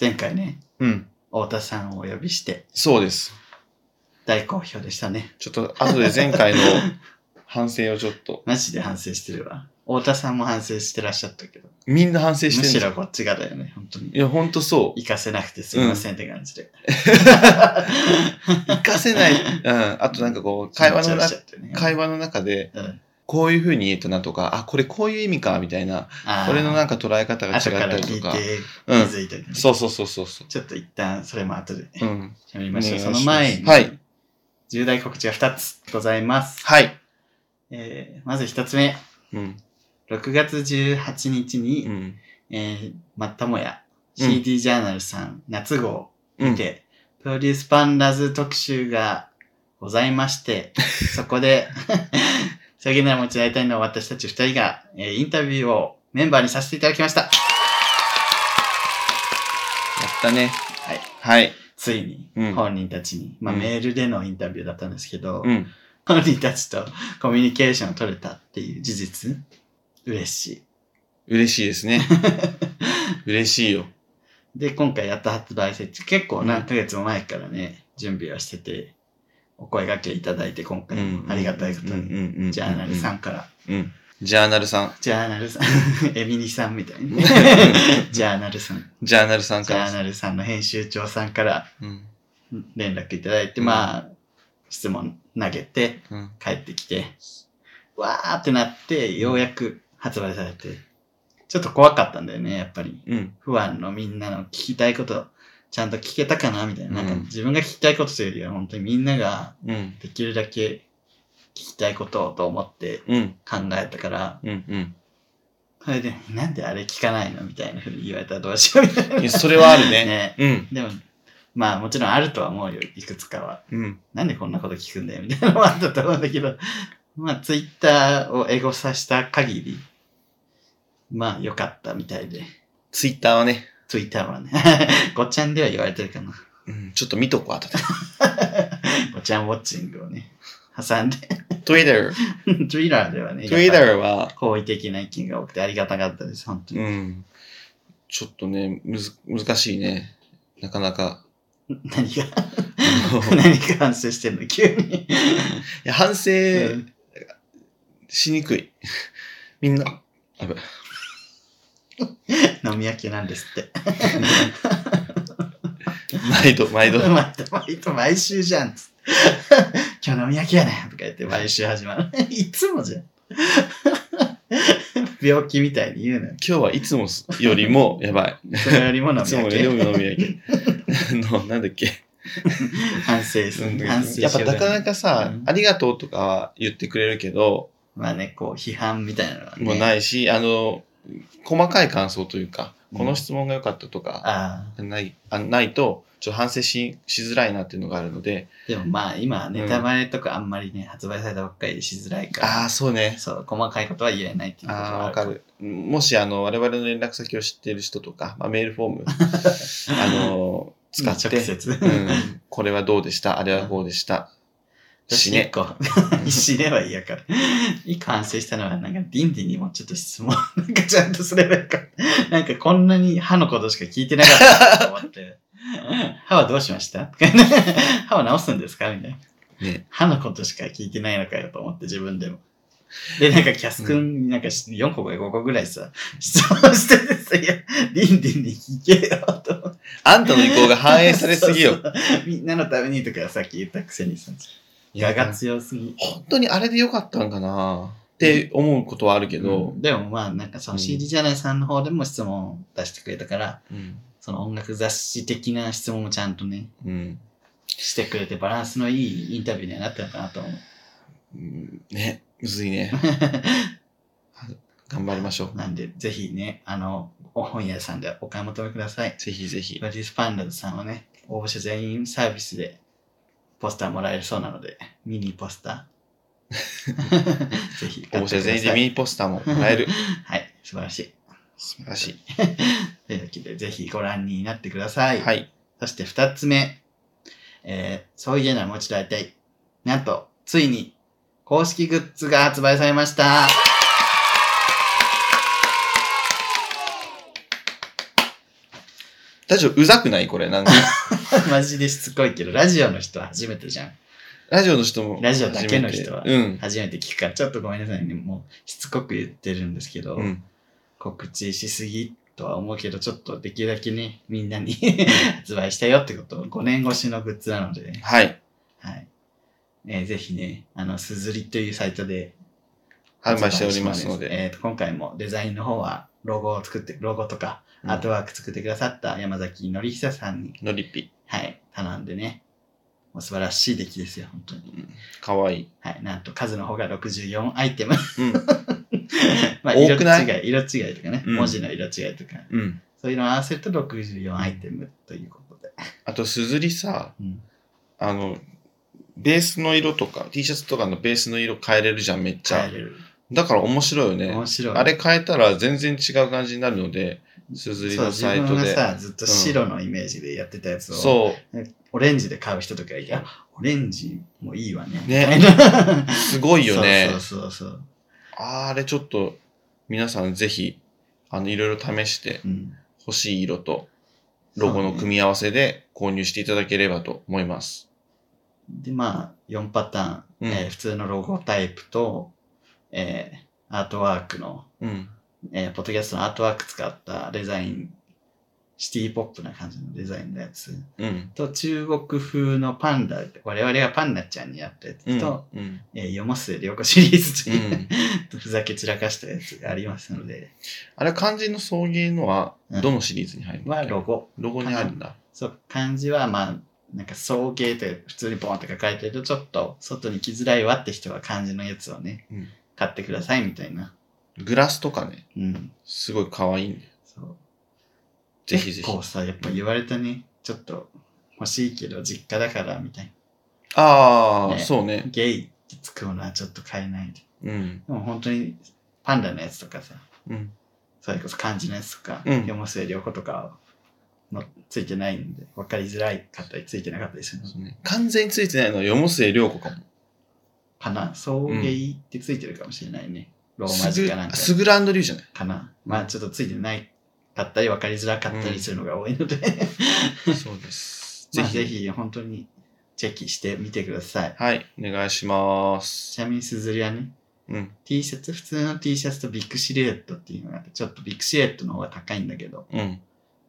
前回ね、うん。太田さんをお呼びしてそうです。大好評でしたね。ちょっと、後で 前回の反省をちょっと、マジで反省してるわ。太田さんも反省してらっしゃったけど。みんな反省むしてるんしですろよ。こっちがだよね、本当いに。や、ほんとそう。行かせなくてすいませんって感じで。活かせない。うん。あとなんかこう、会話緊の張しなちゃ、ってね会話の中で、うんこういう風に言えたなとか、あ、これこういう意味か、みたいな、あーこれのなんか捉え方が違っ後かたらり聞といか。て気うん。づいたりねそうそうそうそうそちょっと一旦それも後でねう。うん。やりましょう。おそ願いのします前に、はい。重大告知が2つございます。はい。えーまず1つ目、うん。 6月18日に、うん。えーまったもやうん CD ジャーナルさん夏号うん。で、プロデュースパンダーズ特集がございま して、そこで、 最近なら持ち合いたいの私たち2人が、えーインタビューをメンバーにさせていただきました。やったね。はい。はい。ついにうん本人たちに、まあうんメールでのインタビューだったんですけど、うん。本人たちとコミュニケーションを取れたっていう事実、嬉しい。嬉しい ですね。嬉しいよ。で、今回やった発売設置、結構何ヶ月も前からね、準備はしてて、お声掛けいただいて、今回もありがたいことに、にジャーナルさ。んから、うんうん。ジャーナ ルさん。ジャーナルさん、エミニさんみたいに、 ジャーナルさん、ジャーナルさんジかャーら。ナルさんの編集長さんからうん連絡いただいて、うんまあ、質問投げて、うん帰ってきて、わーってなって、ようやく発売されて、ちょっと怖かったんだよね、やっぱり。うん。不安のみんなの聞きたいこと、ちゃんと聞けたかなみたいな。なんかうん自分が聞きたいことというよりは、本当にみんながうん。できるだけ聞きたいことをと思ってうん。考えたから、うん。それで、なんであれ聞かないのみたいなふうに言われたらどうしようみたいな。うん。いやそれはあるね。ね。うん。でも、まあもちろんあるとは思うよ、いくつかは。うん。なんでこんなこと聞くんだよみたいなのもあったと思うんだけど、まあツイッターをエゴさした限り、まあ良かったみたいで、ツイッターはね、ツイッターはね、 ごっちゃんでは言われてるかな。うんちょっと見とこう、 後で。おちゃんウォッチングをね、挟んで、 Twitter。 Twitter ではね、やっ Twitter はぱ、好意的な意見が多くてありがたかったです、本当うに。ん。ちょっとね、むず、難しいね。なか なか。何が、あのい何が反省してんの、急に。や反省うんしにくい。みん な。あぶ。飲み明けなんですって。毎度、 毎度。毎度毎度毎週じゃん、つって。今日飲み明けやねんとか言って毎週始まる。いつもじゃん。病気みたいに言うなよ。今日はいつもよりもやばい。それよりも飲いみつも明よりもけ。飲みやけ。あ の、なんだっけ。反省する。反省しやっぱようじゃなかないなかさ、うんありがとうとかは言ってくれるけど、まあね、こう、批判みたいなのはね。もうないし、あの、細かい感想というか、うんこの質問が良かったとか、ああ。ない、あないと、ちょっと反省ししづらいなっていうのがあるので、でもまあ今ネタバレとかあんまりね、発売されたばっかりでしづらいから、ああ、そうね。そう、細かいことは言えないっていうことああ、はわか。る。もし、あの、我々の連絡先を知っている人とか、まあ、メールフォーム、 あの、使って、直接。うん、これはどうでしたあれはこうでした。私死一ね。個、死ねは嫌から。一個反省したのは、なんかディンディにもちょっと質問、なんかちゃんとすればよかった。なんかこんなに歯のことしか聞いてなかったなと思って。 歯はどうしました とかね歯は治すんですかみたいな。ね。歯のことしか聞いてないのかよと思って自分でも。で、なんかキャス君、なんか4個か5個ぐらいさ、質問しててさ、いや、リンリンに聞けよと思って。あんたの意向が反映されすぎ そよう。そう。みんなのためにとかさっき言ったくせにさ、いや我が強すぎ。本当にあれでよかったんかなって思うことはあるけど、でもまあ、なんかその CD ジャーナルさんの方でも質問を出してくれたから、うん。その音楽雑誌的な質問もちゃんとね、うん。してくれてバランスのいいインタビューにはなったのかなと思う。うんね、むずいね。 頑張りましょう。なんで、ぜひね、あの、お本屋さんでお買い求めください。ぜひぜひプ。ロデュースパンダさんはね、応募者全員サービスでポスターもらえるそうなので、ミニポスター。 ぜひ応買募ってくだ者さい。全員でミニポスターももらえる。はい、素晴らしい。素晴らし というわけで、ぜひご覧になってください。い。はい。そして二つ目、えー、そういうのはもう一度やりたい。なんと、ついに、公式グッズが発売されました。 大丈夫うざくないこれ。 なんか、マジでしつこいけど、ラジオの人は初めてじゃん。ラジオの人も。ラジオだけの人はうん。初めて聞くから、ちょっとごめんなさいね。もう、しつこく言ってるんですけど、うん。告知しすぎとは思うけど、ちょっとできるだけね、みんなに 発売したよってことを、5年越しのグッズなので、はい。はい。えーぜひね、あの、すずりというサイトで販売しておりますので。えーと今回もデザインの方は、ロゴを作って、ロゴとか、うんアートワーク作ってくださった山崎則久さんに、のりっぴ。はい、頼んでね、もう素晴らしい出来ですよ、本当に。かわいい。はい、なんと数の方が64アイテム。うん。 まあ、多色くない違い、色違いとかね、うん文字の色違いとか、うん。そういうのを合わせると64アイテムということで。あと、すずりさ、うん、あの、ベースの色とか、T シャツとかのベースの色変えれるじゃん、めっちゃ変え。れる。だから面白いよね。面白い。あれ変えたら全然違う感じになるので、すずりそう、の自サイ分トがで。さ、ずっと白のイメージでやってたやつを、そオレンジで買う人とかいて、あオレンジもいいわね。ねみたいなう。すごいよね。そうそうそうそう。あーあれちょっと、皆さんぜひ、あの、いろいろ試して、うん、欲しい色と、ロゴの組み合わせで購入していただければと思います。で、まあ、4パターン、うんえー普通のロゴタイプと、えーアートワークの、うん。えーポッドキャストのアートワーク使ったデザイン、シティポップな感じのデザインのやつうん。と、中国風のパンダ、我々がパンダちゃんにやったやうん。つと、うん。えーよもすえ涼子シリーズとう。いうんふざけ散らかしたやつがありますので、あれ、漢字の送迎のは、うんどのシリーズに入るのはロゴ。ロゴにあるんだ。そう、漢字はまあ、なんか送迎って普通にポンって書かれてると、ちょっと外に来づらいわって人は漢字のやつをね、うん買ってくださいみたいな。グラスとかね、うん。すごい可愛いんで。そう。ぜひぜひ結。構さ、やっぱ言われたね、ちょっと欲しいけど実家だからみたいああ、ねそうな。ね。ゲイってつくものはちょっと買えないで。うん。でも本当にパンダのやつとかさ、うん。それこそ漢字のやつとか、うんよもすえりょうことかのついてないんで、わかりづらいかったりついてなかったりするのそうね完全についてないのは、よもすえりょうこかも。かな。送迎ってついてるかもしれないね。ローマす字ぐかなんか。すぐランドリューじゃないかな。まあちょっとついてないかったり分かりづらかったりするのが多いの で、そうです。ぜぜひひ。ぜひ本当にチェキしてみてください。はい、お願いします。ちなみにすずりはね、うん。 T シャツ、普通の T シャツとビッグシルエットっていうのがあって、ちょっとビッグシルエットの方が高いんだけど、うん。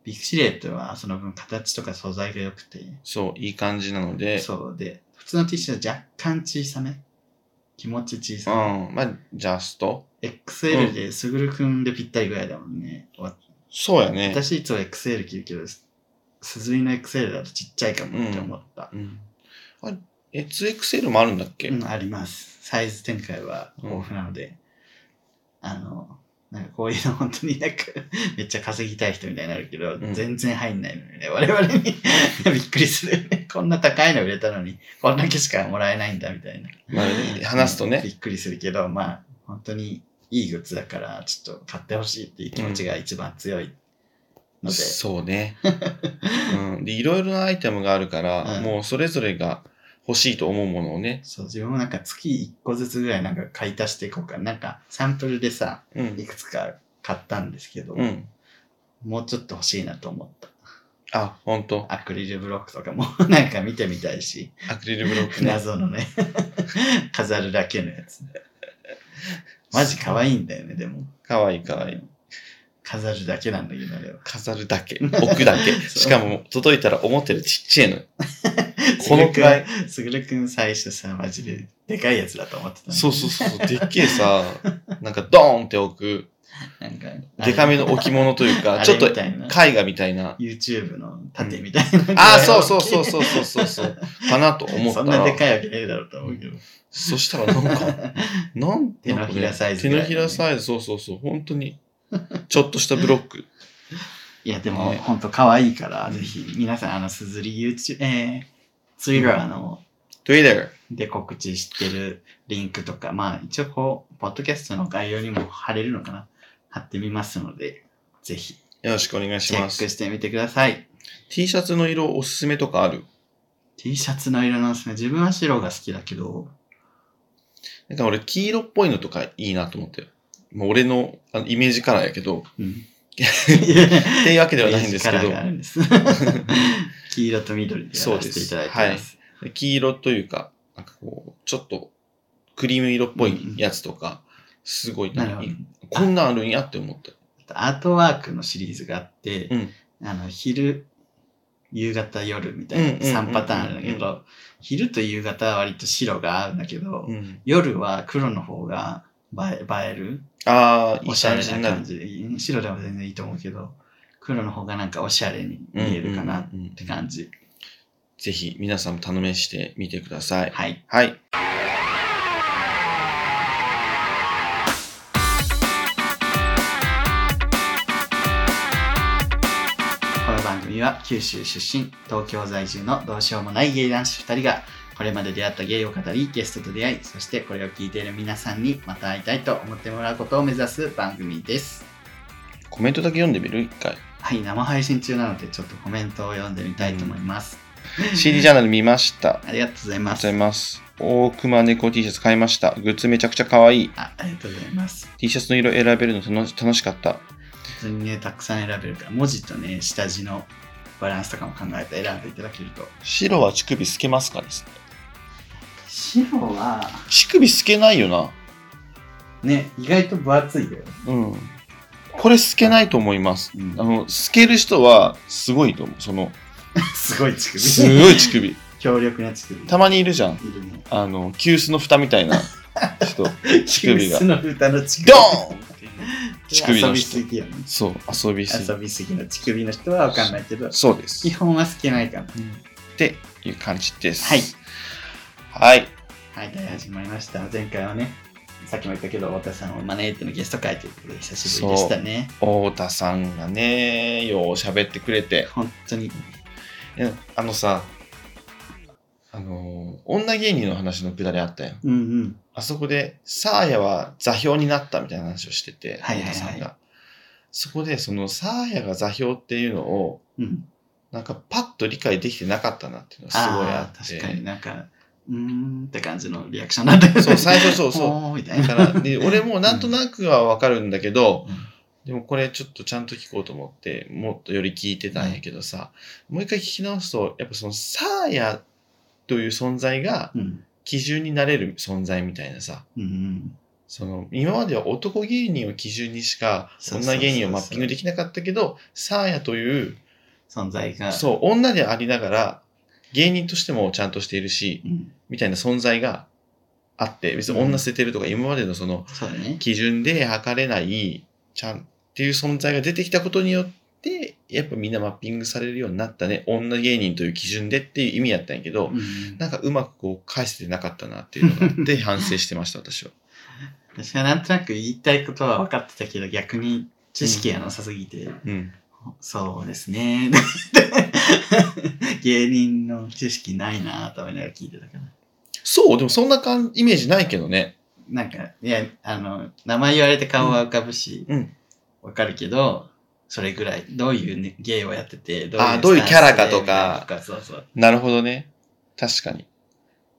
ビッグシルエットはその分形とか素材が良くて、そう、いい感じなので。そうで、普通の T シャツは若干小さめ。気持ち小うさん。まあ、ジャスト。め。XL ですぐるくんでぴったりぐらいだもんね。わそうやね。私いつも XL 着るけど、すずりの XL だとちっちゃいかもって思った。うん。あれ、XXL もあるんだっけ、うん、あります。サイズ展開は豊富なので、あの、なんかこういうの本当になんか、 めっちゃ稼ぎたい人みたいになるけど、ん全然入んないのよね。我々に びっくりするよ ね。こんな高いの売れたのに、こんだけしかもらえないんだみたいな。まあね、話すとうんね。びっくりするけど、まあ、本当にいいグッズだから、ちょっと買ってほしいっていう気持ちが一番強いので、そ うね。うん。で、いろいろなアイテムがあるから、うんもうそれぞれが欲しいと思うものをね。そう、自分もなんか月1個ずつぐらいなんか買い足していこうかな。なんかサンプルでさ、うんい。くつか買ったんですけど、うん。もうちょっと欲しいなと思った。あ、ほんと。アクリルブロックとかもなんか見てみたいし、アクリルブロックね。謎のね、 飾るだけのやつ、ね。マジ可愛いんだよね、でも。かわいいかわいい。飾るだけなんだけど、あれは。飾るだ け。置くだけ。そうしかも、届いたら思ってるちっちゃ いの。このくらい。すぐるくん最初さ、マジで、でかいやつだと思ってたのそうそうそうそう。でっけえさ、 なんかドーンって置く、なんか、でかめの置物というあか、れちょっとみたいな絵画みた いな。 YouTube の盾みたいな。ああ、そうそうそうう。そうそうそうそう。かなと思ったそんならで、かいわけねえだろうと思うけど。そしたらな んか、なん手のひらサイズ手ぐのらいひらサイズ、そうそうそう。本当に、ちょっとしたブロック。いや、でも、ねほんと可愛いから、うんぜひ、皆さん、あの、すずり YouTube、えー、Twitter の、 Twitter。で告知してるリンクとか、まあ、一応、こう、ポッドキャストの概要にも貼れるのかな貼ってみますので、ぜひ、よろしくお願いしチェッまクす。してみてください。 T シャツの色おすすめとかある T シャツの色なんですね。自分は白が好きだけど、なん か俺、黄色っぽいのとかいいなと思ってる。もう俺のあのイメージカラーやけど、うん。っていうわけではないんですけページカラどーが、あるん です。黄色と緑でやらせていただいてます。黄色というか、なんかこう、ちょっとクリーム色っぽいやつとか、すごい、なるほど。こんなんあるんやって思った。アートワークのシリーズがあって、うんあの昼夕方夜みたいなうんうんうんうん3パターンあるんだけど、昼と夕方は割と白が合うんだけど、うん、夜は黒の方が映え映えるああ、いいおしゃ感れじになな感る。じでうん白でも全然いいと思うけど黒の方がなんかおしゃれに見えるかなっうんうんうんて感じ、ぜひ皆さんも頼めしてみてください。はいはい。この番組は九州出身東京在住のどうしようもない芸男子2人がこれまで出会った芸を語りゲストと出会いそしてこれを聞いている皆さんにまた会いたいと思ってもらうことを目指す番組ですコメントだけ読んでみる一回。 はい生配信中なのでちょっとコメントを読んでみたいと思います、 CD ジャーナル見ました。ありがありがととうございまうごすざいます。大熊猫 T シャツ買いました。グッズめちゃくちゃ可愛い。あありがとうございます T シャツの色選べるの楽し楽しかっ普た。通にねたくさん選べるから文字とね下地のバランスとかも考えて選んでいただけると白は乳首透けますかね白は乳首透けないよな。ね意外と分厚いようん。これ透けないと思います。うんあの、透ける人はすごいと思う。その、すごい乳首すごい乳首。 強力な乳首たまにいるじゃん。いるねあの、急須の蓋みたいな人。乳首が。の蓋の乳首。ドーン乳乳首首の遊のび人すぎやね。そう、遊びす遊びすぎの乳首の人はわかんないけど、そうです基。本は好きないから。っていう感じです。はい。はい。はい、始まりました。前回はね、さっきも言ったけど、太田さんを招いてのゲスト会ということで久しぶりでしたね。太田さんがね、よう喋ってくれて。本当に。いやあのさ、あのー、女芸人の話のくだりあったやん。うんうん。あそこで、サーヤは座標になったみたいな話をしてて、はいはいはい太田さんが。そこで、その、サーヤが座標っていうのを、うん、なんかパッと理解できてなかったなっていうのがすごいあああっー、て。確かになんか、うーんって感じのリアクションだったよねそう、最初そう そう。おーみたいだな。から、で、俺もなんとなくはわかるんだけど、うんでもこれちょっとちゃんと聞こうと思って、もっとより聞いてたんやけどさ、もう一回聞き直すと、やっぱそのサーヤという存在がうん。基準になれる存在みたいなさ、うんうん。その今までは男芸人を基準にしかそうそうそうそう女芸人をマッピングできなかったけど、サーヤという、存在が。そう、女でありながら芸人としてもちゃんとしているし、うん。みたいな存在があって、別に女捨ててるとか今までのそのそうだね。基準で測れないちゃんっていう存在が出てきたことによってやっぱみんなマッピングされるようになったね女芸人という基準でっていう意味やったんやけどうんうんなんかうまくこう返せてなかったなっていうのがあって 反省してました私は私はなんとなく言いたいことは分かってたけど、逆に知識がなさすぎて、うんそうですね。 芸人の知識ないなぁと思いながら聞いてたから。そうでもそんなかんイメージないけどねなんか、いや、あの、名前言われて顔は浮かぶし、うんうんわかるけど、それぐらい、どういう、ね、芸をやってて、どあどういうキャラかとかスタンスでそうそう。なるほどね確かに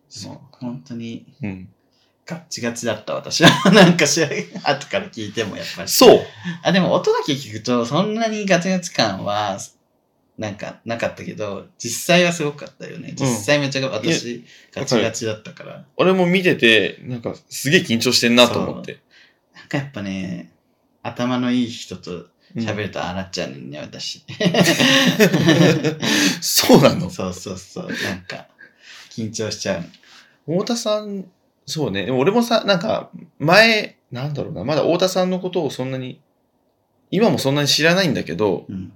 そうもう、本当に、うん、ガッチガチだった私は。 なんか知らん、後から聞いてもやっぱり。そうあ、でも音だけ聞くと、そんなにガツガツ感は、なんか、なかったけど、実際はすごかったよね。実際めちゃ私、ガチガチだったから。俺も見ててなんかすげえ緊張してんなと思ってなんかやっぱね、頭のいい人と喋る、るとああなっちゃうね、私。 そうなの そうそうそう。なんか、緊張しちゃう。太田さん、そうね。でも俺もさ、なんか、前、なんだろうな、まだ太田さんのことをそんなに、今もそんなに知らないんだけど、うん。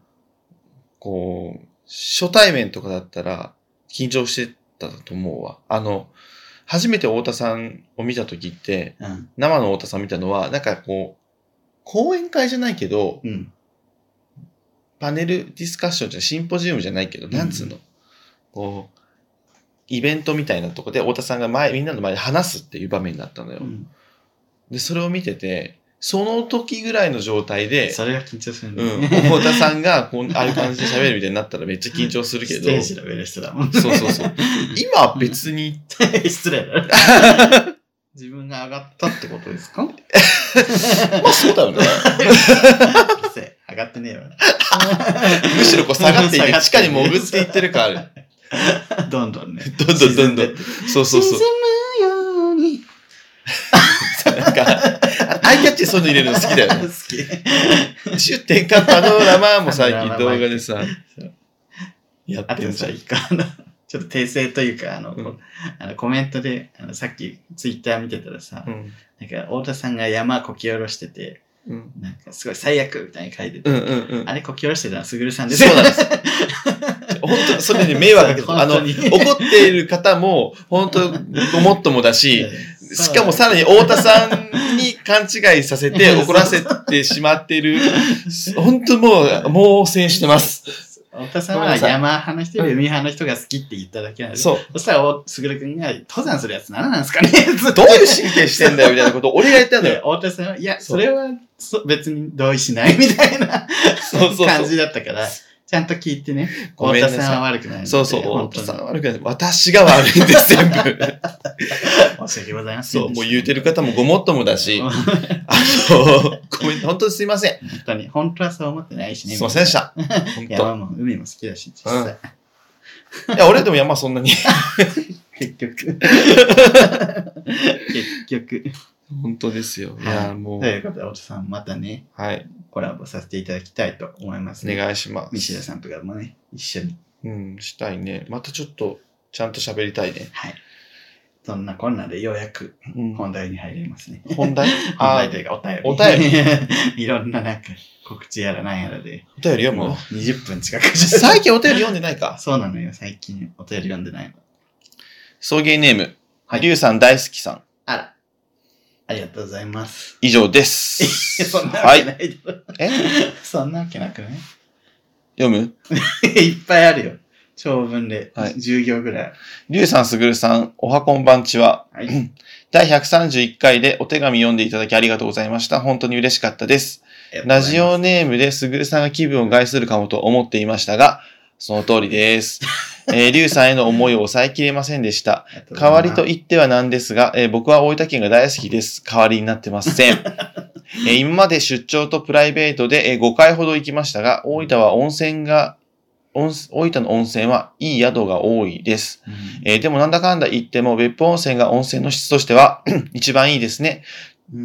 こう、初対面とかだったら、緊張してたと思うわ。あの、初めて太田さんを見た時って、うん。生の太田さん見たのは、なんかこう、講演会じゃないけど、うん。パネルディスカッションじゃ、シンポジウムじゃないけど、なんつうの、こう、イベントみたいなとこで太田さんが前、みんなの前で話すっていう場面だったのよ。うんで、それを見てて、その時ぐらいの状態で、それは緊張するう ね。ん、太田さんがこう、ああいう感じで喋るみたいになったらめっちゃ緊張する けスど、テージの上の人だもん。そうそうそう。今は別に、 失礼だな。 自分が上がったってことですか まあそうだよね。うるせえ上がってねえわ。むしろこう下がってい下く。が地下に潜っていってるからあどんどんね。る。どんどんどんど沈。でんってそうそうそう。沈むように。なんか、アイキャッチそういうの入れるの好きだよね。好10点かパノラマも最近動画でさそう、やっき。あてとんじさ、ゃん。一個あの、 ちょっと訂正というか、あの、こううんあのコメントで、あのさっきツイッター見てたらさ、うん。なんか太田さんが山こき下ろしてて、うんなんかすごい最悪みたいに書いてて、うんうん。あれこき下ろしてたのすぐるさんですそうなん です。本当にそれに迷惑かけて、あの、本当に怒っている方も、本当ごもっともだし、しかもさらに太田さんに勘違いさせて怒らせてしまっている、本当もう、猛省してます。太田さんごめんはなさい山派の人より海派の人が好きって言っただけなんです。そう。そしたら、おすぐるくんが、登山するやつ何なんですかねずっ とどういう神経してんだよ、みたいなことを俺が言ったんだでよ。太田さんは、いや、そ そうれはそ別に同意しないみたいなそうそうそう感じだったから、ちゃんと聞いてね、太ごめんな田さいさんは悪くないのでそうそう、本当太に田さん悪くない。私が悪いんです、全部。申し訳ございませんでそした。う、もう言うてる方もごもっともだし、あ本の、ごめん、本当にすいません。当に、本当はそう思ってないしね。すいませんでした。本当。山も海も好きだし、実際。いや、俺でも山そんなに。結 局。結局。本当ですよ。いはや、もというう、ことで、お父さん、またね、はい、コラボさせていただきたいと思います、お願いします。西田さんとかもね、一緒に。うん、したいね。またちょっと、ちゃんと喋りたいね。はい。そんなこんなでようやくうん本題に入れますね。本題本あ題というかお便り。お便 り。いろんななんか告知やらなんやらで、お便り読もうむ20分近くして最近お便り読んでないかそうなのよ、最近お便り読んでないの。送迎ネーム、はいりゅうさん大好きさん、あら。ありがとうございます。以上でいやす。そんなわはけい。ない だろ。えそんなわけなくね。 読むいっぱいあるよ。長文ではい10行ぐらい。りゅうさん、すぐるさん、おはこんばんちは。はい。第131回でお手紙読んでいただきありがとうございました。本当に嬉しかったです。ラジオネームですぐるさんが気分を害するかもと思っていましたが、その通りです。えー、リュウさんへの思いを抑えきれませんでした。ありがうございます、代わりとい言ってはなんですが、えー僕は大分県が大好きです。代わりになってません。えー今まで出張とプライベートで、えー5回ほど行きましたが、大分は温泉が、温大分の温泉はいい宿が多いです。えーでもなんだかんだ言っても別府温泉が温泉の質としては 一番いいですね。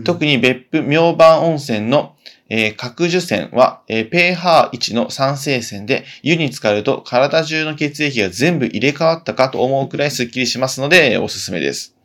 特に別府明晩温泉の、えー角樹泉は、えー pH1 の酸性泉で湯に浸かると体中の血液が全部入れ替わったかと思うくらいスッキリしますので、えーおすすめです。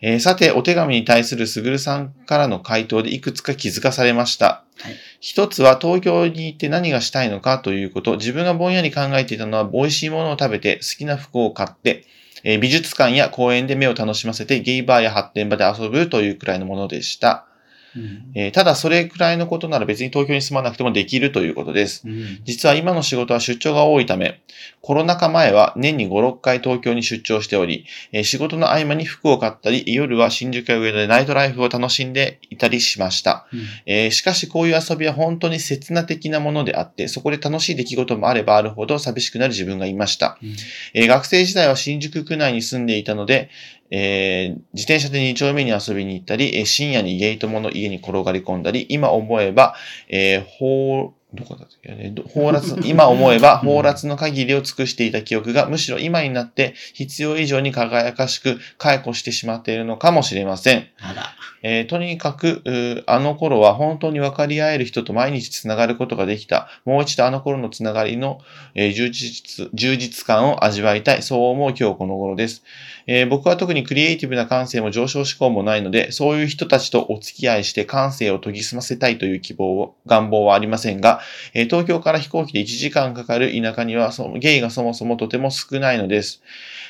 えーさて、お手紙に対するすぐるさんからの回答でいくつか気づかされました。はい一つは東京に行って何がしたいのかということ、自分がぼんやり考えていたのは美味しいものを食べて好きな服を買って、えー美術館や公園で目を楽しませてゲイバーや発展場で遊ぶというくらいのものでした。うん、えーただそれくらいのことなら別に東京に住まなくてもできるということです。うん実は今の仕事は出張が多いため、コロナ禍前は年に5、6回東京に出張しており、えー仕事の合間に服を買ったり、夜は新宿や上野でナイトライフを楽しんでいたりしました。えーしかしこういう遊びは本当に刹那的なものであって、そこで楽しい出来事もあればあるほど寂しくなる自分がいました。うんえー学生時代は新宿区内に住んでいたので、えー自転車で2丁目に遊びに行ったり、えー深夜にゲイ友の家に転がり込んだり、今思えば、えー、ほう、どこだったっけえーど放 辣、今思えば、うん放辣の限りを尽くしていた記憶が、むしろ今になって必要以上に輝かしく解雇してしまっているのかもしれません。あら。えーとにかく、うーあの頃は本当に分かり合える人と毎日つながることができた。もう一度あの頃のつながりの、えー充実、充実感を味わいたい。そう思う今日この頃です、えー僕は特にクリエイティブな感性も上昇志向もないので、そういう人たちとお付き合いして感性を研ぎ澄ませたいという希望を、願望はありませんが、えー東京から飛行機で1時間かかる田舎にはそゲイがそもそもとても少ないのです。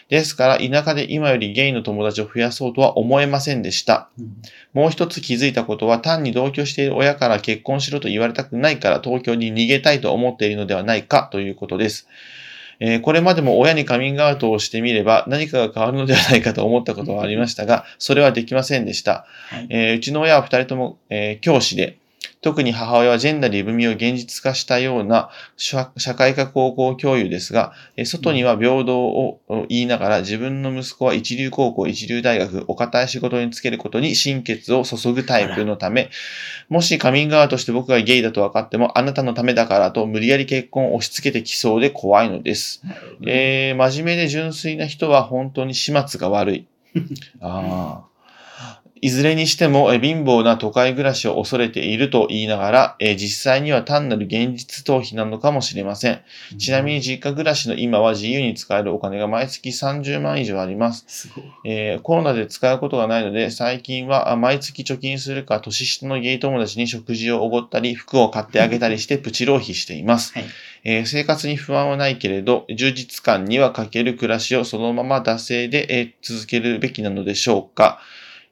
ですから、田舎で今よりゲイの友達を増やそうとは思えませんでした。うんもう一つ気づいたことは単に同居している親から結婚しろと言われたくないから東京に逃げたいと思っているのではないかということです。えーこれまでも親にカミングアウトをしてみれば何かが変わるのではないかと思ったことはありましたが、それはできませんでした。はいえーうちの親は二人とも、えー教師で、特に母親はジェンダーで産みを現実化したような社社会科高校教諭ですが、えー外には平等をお言いながら自分の息子は一流高校、一流大学、お堅い仕事につけることに心血を注ぐタイプのため、もしカミングアウトして僕がゲイだと分かっても、あなたのためだからと無理やり結婚を押し付けてきそうで怖いのです。なるほどねえー、真面目で純粋な人は本当に始末が悪い。ああ。いずれにしても、えー貧乏な都会暮らしを恐れていると言いながら、えー実際には単なる現実逃避なのかもしれません。ちなみに実家暮らしの今は自由に使えるお金が毎月30万以上あります。すごい。えーコロナで使うことがないので、最近はあ毎月貯金するか、年下のゲイ友達に食事をおごったり、服を買ってあげたり してプチ浪費しています。はいえー生活に不安はないけれど、充実感には欠ける暮らしをそのまま惰性で、えー続けるべきなのでしょうか。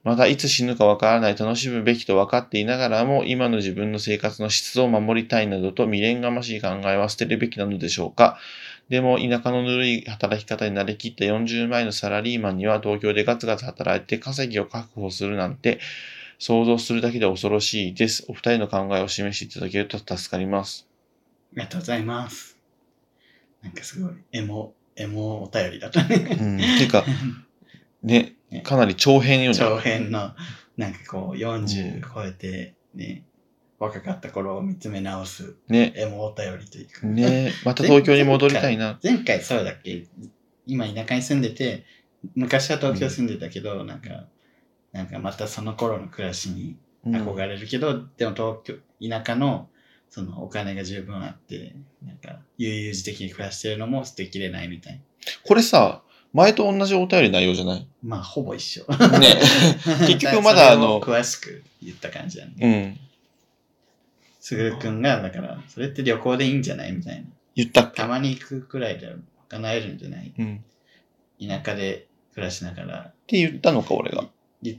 またいつ死ぬかわからない楽しむべきと分かっていながらも今の自分の生活の質を守りたいなどと未練がましい考えは捨てるべきなのでしょうかでも田舎のぬるい働き方に慣れきった40万円のサラリーマンには東京でガツガツ働いて稼ぎを確保するなんて想像するだけで恐ろしいです。お二人の考えを示していただけると助かります。ありがとうございます。なんかすごい、エモ、エモお便りだったね。うん。てい うか、ねね、かなり長編よね。長編の、なんかこう、40超えて、ね、若かった頃を見つめ直す、ね。エモお便りというか。ねまた東京に戻りたいな。前回そうだっけ今田舎に住んでて、昔は東京住んでたけど、なんか、なんかまたその頃の暮らしにうん憧れるけど、でも東京、田舎の、そのお金が十分あって、なんか、悠々自適に暮らしてるのも捨てきれないみたいな。これさ、前と同じお便り内容じゃ ないまあ、ほぼ一緒。ね。 結局まだあのそれを詳しく言った感じだうね。ん。すぐるくんが、だから、それって旅行でいいんじゃないみたいな。言ったっけたまに行くくらいで叶えるんじゃないうん。っ田舎で暮らしながら、て言ったのか、俺が。ゆ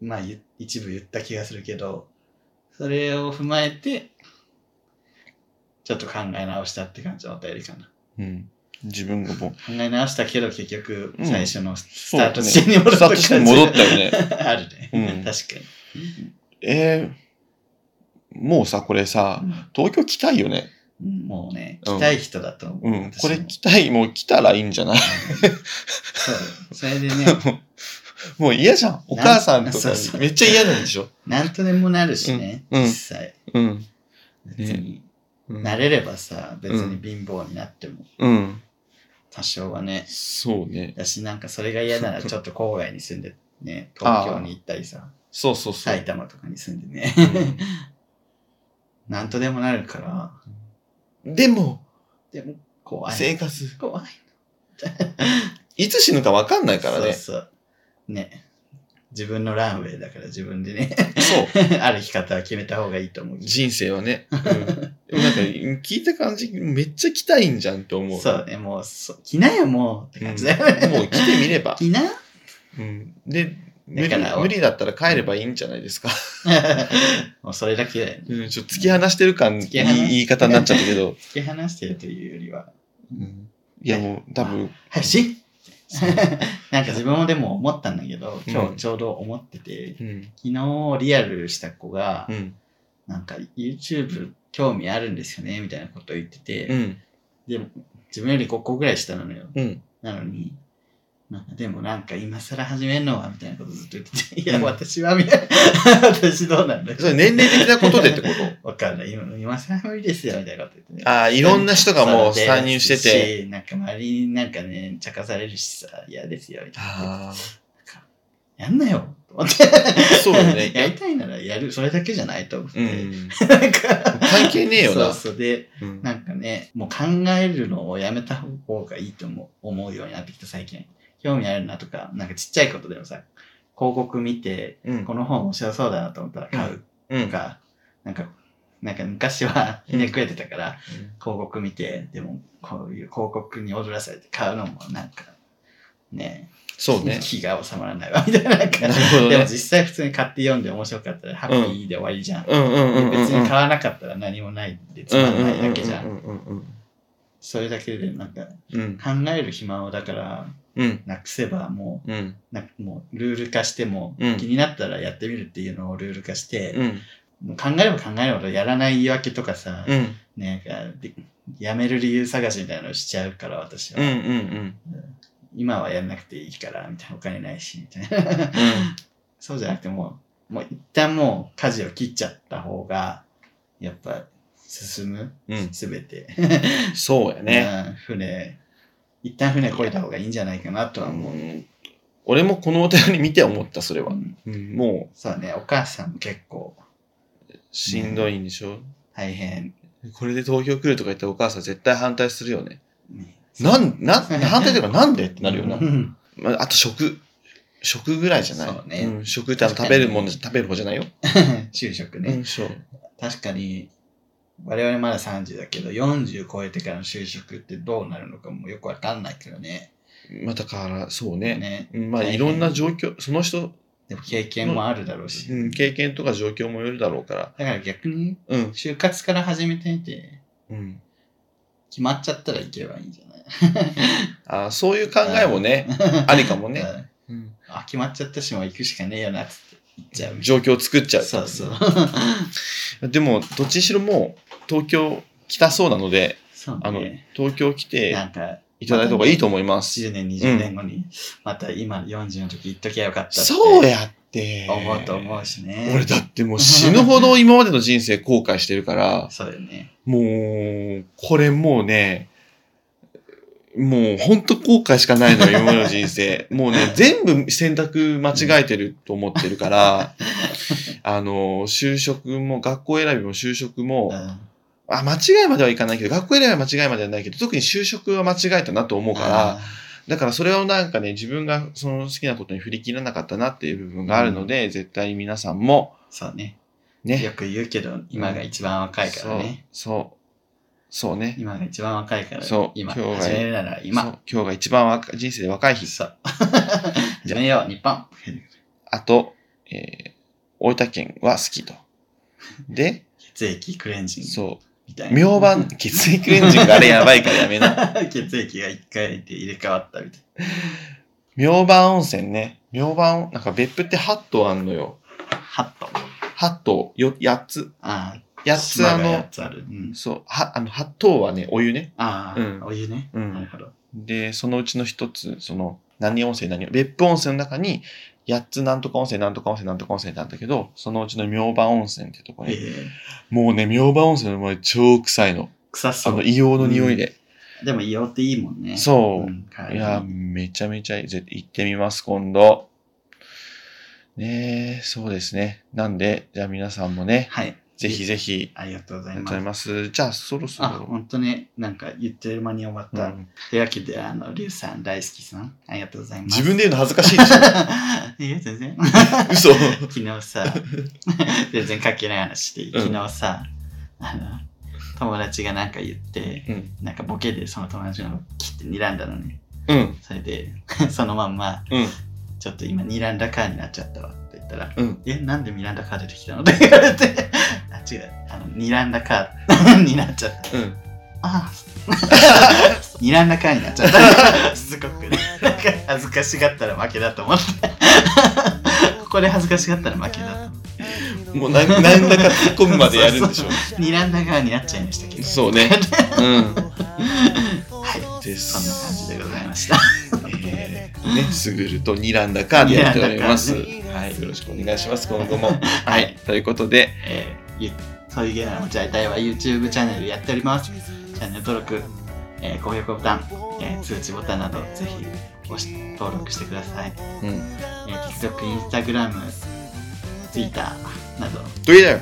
まあ、ゆ一部言った気がするけど、それを踏まえて、ちょっと考え直したって感じのお便りかな。うん。自分がもう、考え直したけど、結局、うん最初のスそターうトだね地点に戻ったスタート地点に戻ったよね感じ あるね。う確んかに。えー、もうさ、これさ、東京来たいよね。うんもうね、うん来たい人だと思う。うん。私これも来たい、もう来たらいいんじゃない そうそれでね、もう嫌じゃん。お母さんとかそうそうめっちゃ嫌なん でしょ。なんとでもなるしね、うんうん実際。うん。別に、うん慣れればさ、別に貧乏になっても、うん。多少はね。そうね。だし、なんかそれが嫌なら、ちょっと郊外に住んで、 ね、東京に行ったりさ、そうそうそう。埼玉とかに住んでね、うなんとでもなるから、んでも、でも、怖い。生活、怖いいつ死ぬかわかんないからね。そうそう。ね。自分のランウェイだから自分で ね、そう。歩き方は決めた方がいいと思うけど。人生はね。うん、でもなんか、聞いた感じ、めっちゃ来たいんじゃんって思う。そうね、もう、そう来なよ、もうって感じだよね。もう来てみれ ば。着なうん、で、無だ理から無理だったら帰ればいいんじゃないですか。 もうそれだけだよね。うん、ちょっと突き放してる感、いい突き放して言い方になっちゃったけど。突き放してるというよりは、うんいやもう、多分、はい、し なんか自分もでも思ったんだけど、今う日んちょうど思ってて、うん。昨日リアルした子がう、ん。なんか YouTube 興味あるんですよね、みたいなことを言ってて、うん。でも自分より5個ぐらい下なのよ。うん。なのに、なんかでもなんか今更始めんのはみたいなことずっと言ってて、いや、うん私はみたいな、 私どうなんだそれ年齢的なことでってことわかんない。今今更無理ですよみたいなこと言ってね。ああ、いろんな人がもうそう参入してて。。でなんか周りになんかね、茶化されるしさ、嫌ですよみたいな。あやんなよと思って。あ、そうだ やね。りたいならやる。それだけじゃないと思って。うなん。んか。関係ねえよな。そうそうで、うんなんかね、もう考えるのをやめた方がいいと思う思うようになってきた最近。興味あるなとか、なんかちっちゃいことでもさ、広告見て、うんこの本面白そうだなと思ったら買ううとん。か、なんか、なんか昔はひねくれてたから、うん広告見て、でもこういう広告に踊らされて買うのもなんか、ね、そうね。気が収まらないわ、みたいな。なんかなるほどでもね。実際普通に買って読んで面白かったら、ハッピーで終わりじゃん。うんうんうんうんうん。別に買わなかったら何もないでつまんないだけじゃん。うんうんうんそれだけでなんかうんうん。考える暇をだからうん。なくせばもうん。うなもうルール化しても、うん気になったらやってみるっていうのをルール化して、うん。もう考えれば考えるほどやらない言い訳とかさ、うん。なんか、でやめる理由探しみたいなのしちゃうから、私は。うんうんうん。今はやんなくていいから、みたいな。お金ないし、みたいな。そうじゃなくてもう、もう一旦もう舵を切っちゃった方が、やっぱ進む、うん。うん。すべて。そうやね。うん 船、一旦船こいだ方がいいんじゃないかなとは思う。うん俺もこのお便り見て思った、それはう。んうんもそうね、お母さんも結構う、しんどいんでしょ。大変。これで東京来るとか言ったらお母さん絶対反対するよね。ねなん、な、反対というかなんでってなるよなう。んまあ、あと食。食ぐらいじゃないそうねん、食ってあの食べるもの、食べる方じゃないよ。 就職うね。ん、そう。確かに、我々まだ30だけど、40超えてからの就職ってどうなるのかもよくわかんないけどね。まあだから、そうね。ね。うんまあ大変いろんな状況、その人、でも経験もあるだろうし。うん、経験とか状況もよるだろうから。だから逆に、うん。就活から始めてみて、うん。決まっちゃったら行けばいいんじゃないあーそういう考え もね、ありかもね。うんあ、決まっちゃったしもう行くしかねえよなっつって行っちゃう。状況を作っちゃう。そうそう。でも、どっちにしろもう、東京来たそうなので、そうあのね。、東京来なてんか、いただいた方がいいと思います。 10年、20年後に、また今40の時行っときゃよかったってそうやって。思うと思うしね。俺だってもう死ぬほど今までの人生後悔してるから、そうだよね。もう、これもうね、もうほんと後悔しかないのよ、今までの人 生。もうね、全部選択間違えてると思ってるから、あの、就職も、学校選びも就職も、うんあ、間違いまではいかないけど、学校選びは間違いまではないけど、特に就職は間違えたなと思うから、だからそれをなんかね、自分がその好きなことに振り切らなかったなっていう部分があるので、絶対に皆さんも、そうね。ね。よく言うけど、今が一番若いからね。そう。そう。そうね。今が一番若いから、そう今、今日が始めるならそ今。う今日が一番若人生で若い日。 そう。始めよう、日本。あと、えー、大分県は好きと。 で、血液クレンジング。そ。みたいうな。明晩、血液レンジングあれやばいからやめな。 血液が一回で入れ替わったみたい明晩温泉ね。明晩、なんか別府って8棟あんのよ。な。ハッと。 8棟、よ、8つ。あ8あ、つあ島がの八、つある。うん。そう、は、あの、8棟はね、お湯ね。ああ、うんお湯ね。うんなるほど。で、そのうちの一つ、その、何温泉何、別府温泉の中に、8つなんとか温泉、なんとか温泉、なんとか温泉ってあったけど、そのうちの明晩温泉ってとこえね。えもうね、明晩温泉の前超臭いの。臭あその、う。硫黄の匂いで。でも、硫黄っていいもんね。そううん体いにや、めちゃめちゃいい。ぜ行ってみます、今度。ねえ、そうですね。なんで、じゃあ皆さんもね、はい。ぜひぜひ、ありがとうごあざいりがとうまございす。ます。じゃあ、そろそあ、ろ。本当ね、なんか言ってる間に終わっうた。んというわけで、あの、リュウさん大好きさん、ありがとうございます。自分で言うの恥ずかしいでしょ いや、全然。嘘。昨日 さ、全然関係ない話で、うん昨日さ、あの、友達がなんか言って、うん。なんかボケでその友達の切って睨んだのね。うん。それで、 そのまんま、うん。ちょっと今睨んだカーになっちゃったわって言ったら、うん。え、なんでミランダカー出てきたの って言われて、あ、違う、あの、ミランダカーになっちゃった。うん。あ あ、ニランダカーになっちゃ った。すごくね、なんか恥ずかしがったら負けだと思って。 ここで恥ずかしがったら負けだと思って。もうななんだか突っ込むまでやるんでしょ。ニランダカーになっちゃいましたけど。そうね。はい。ですそんな感じでございました。うん。えー、ね、すぐると睨んだかでやっております。睨はい。よろしくお願いします、今後も。はい。ということで、えー、ゆそういうゲームの持ち合いたいは YouTube チャンネルやっております。チャンネル登録、えー高評価ボタン、えー通知ボタンなどぜひ押し登録してください。うん。えー TikTok、Instagram、Twitter などどうだよ。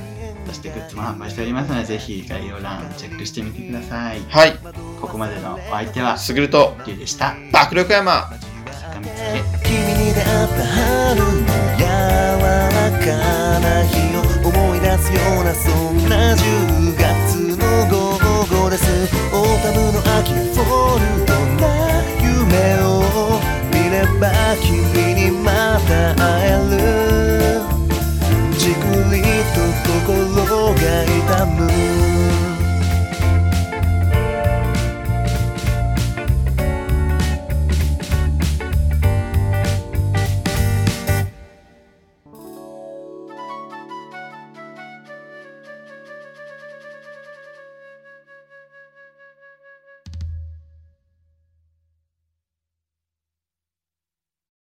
そしてグッズも販売しておりますので、ぜひ概要欄チェックしてみてください。はい。ここまでのお相手は、すぐると、リュウでした。爆力山。坂道家。君に出会った春の柔らかな日を思い出すようなそんな10月の午後ですオータムの秋フォルトな夢を見れば君にまた会えるじくりと心が痛む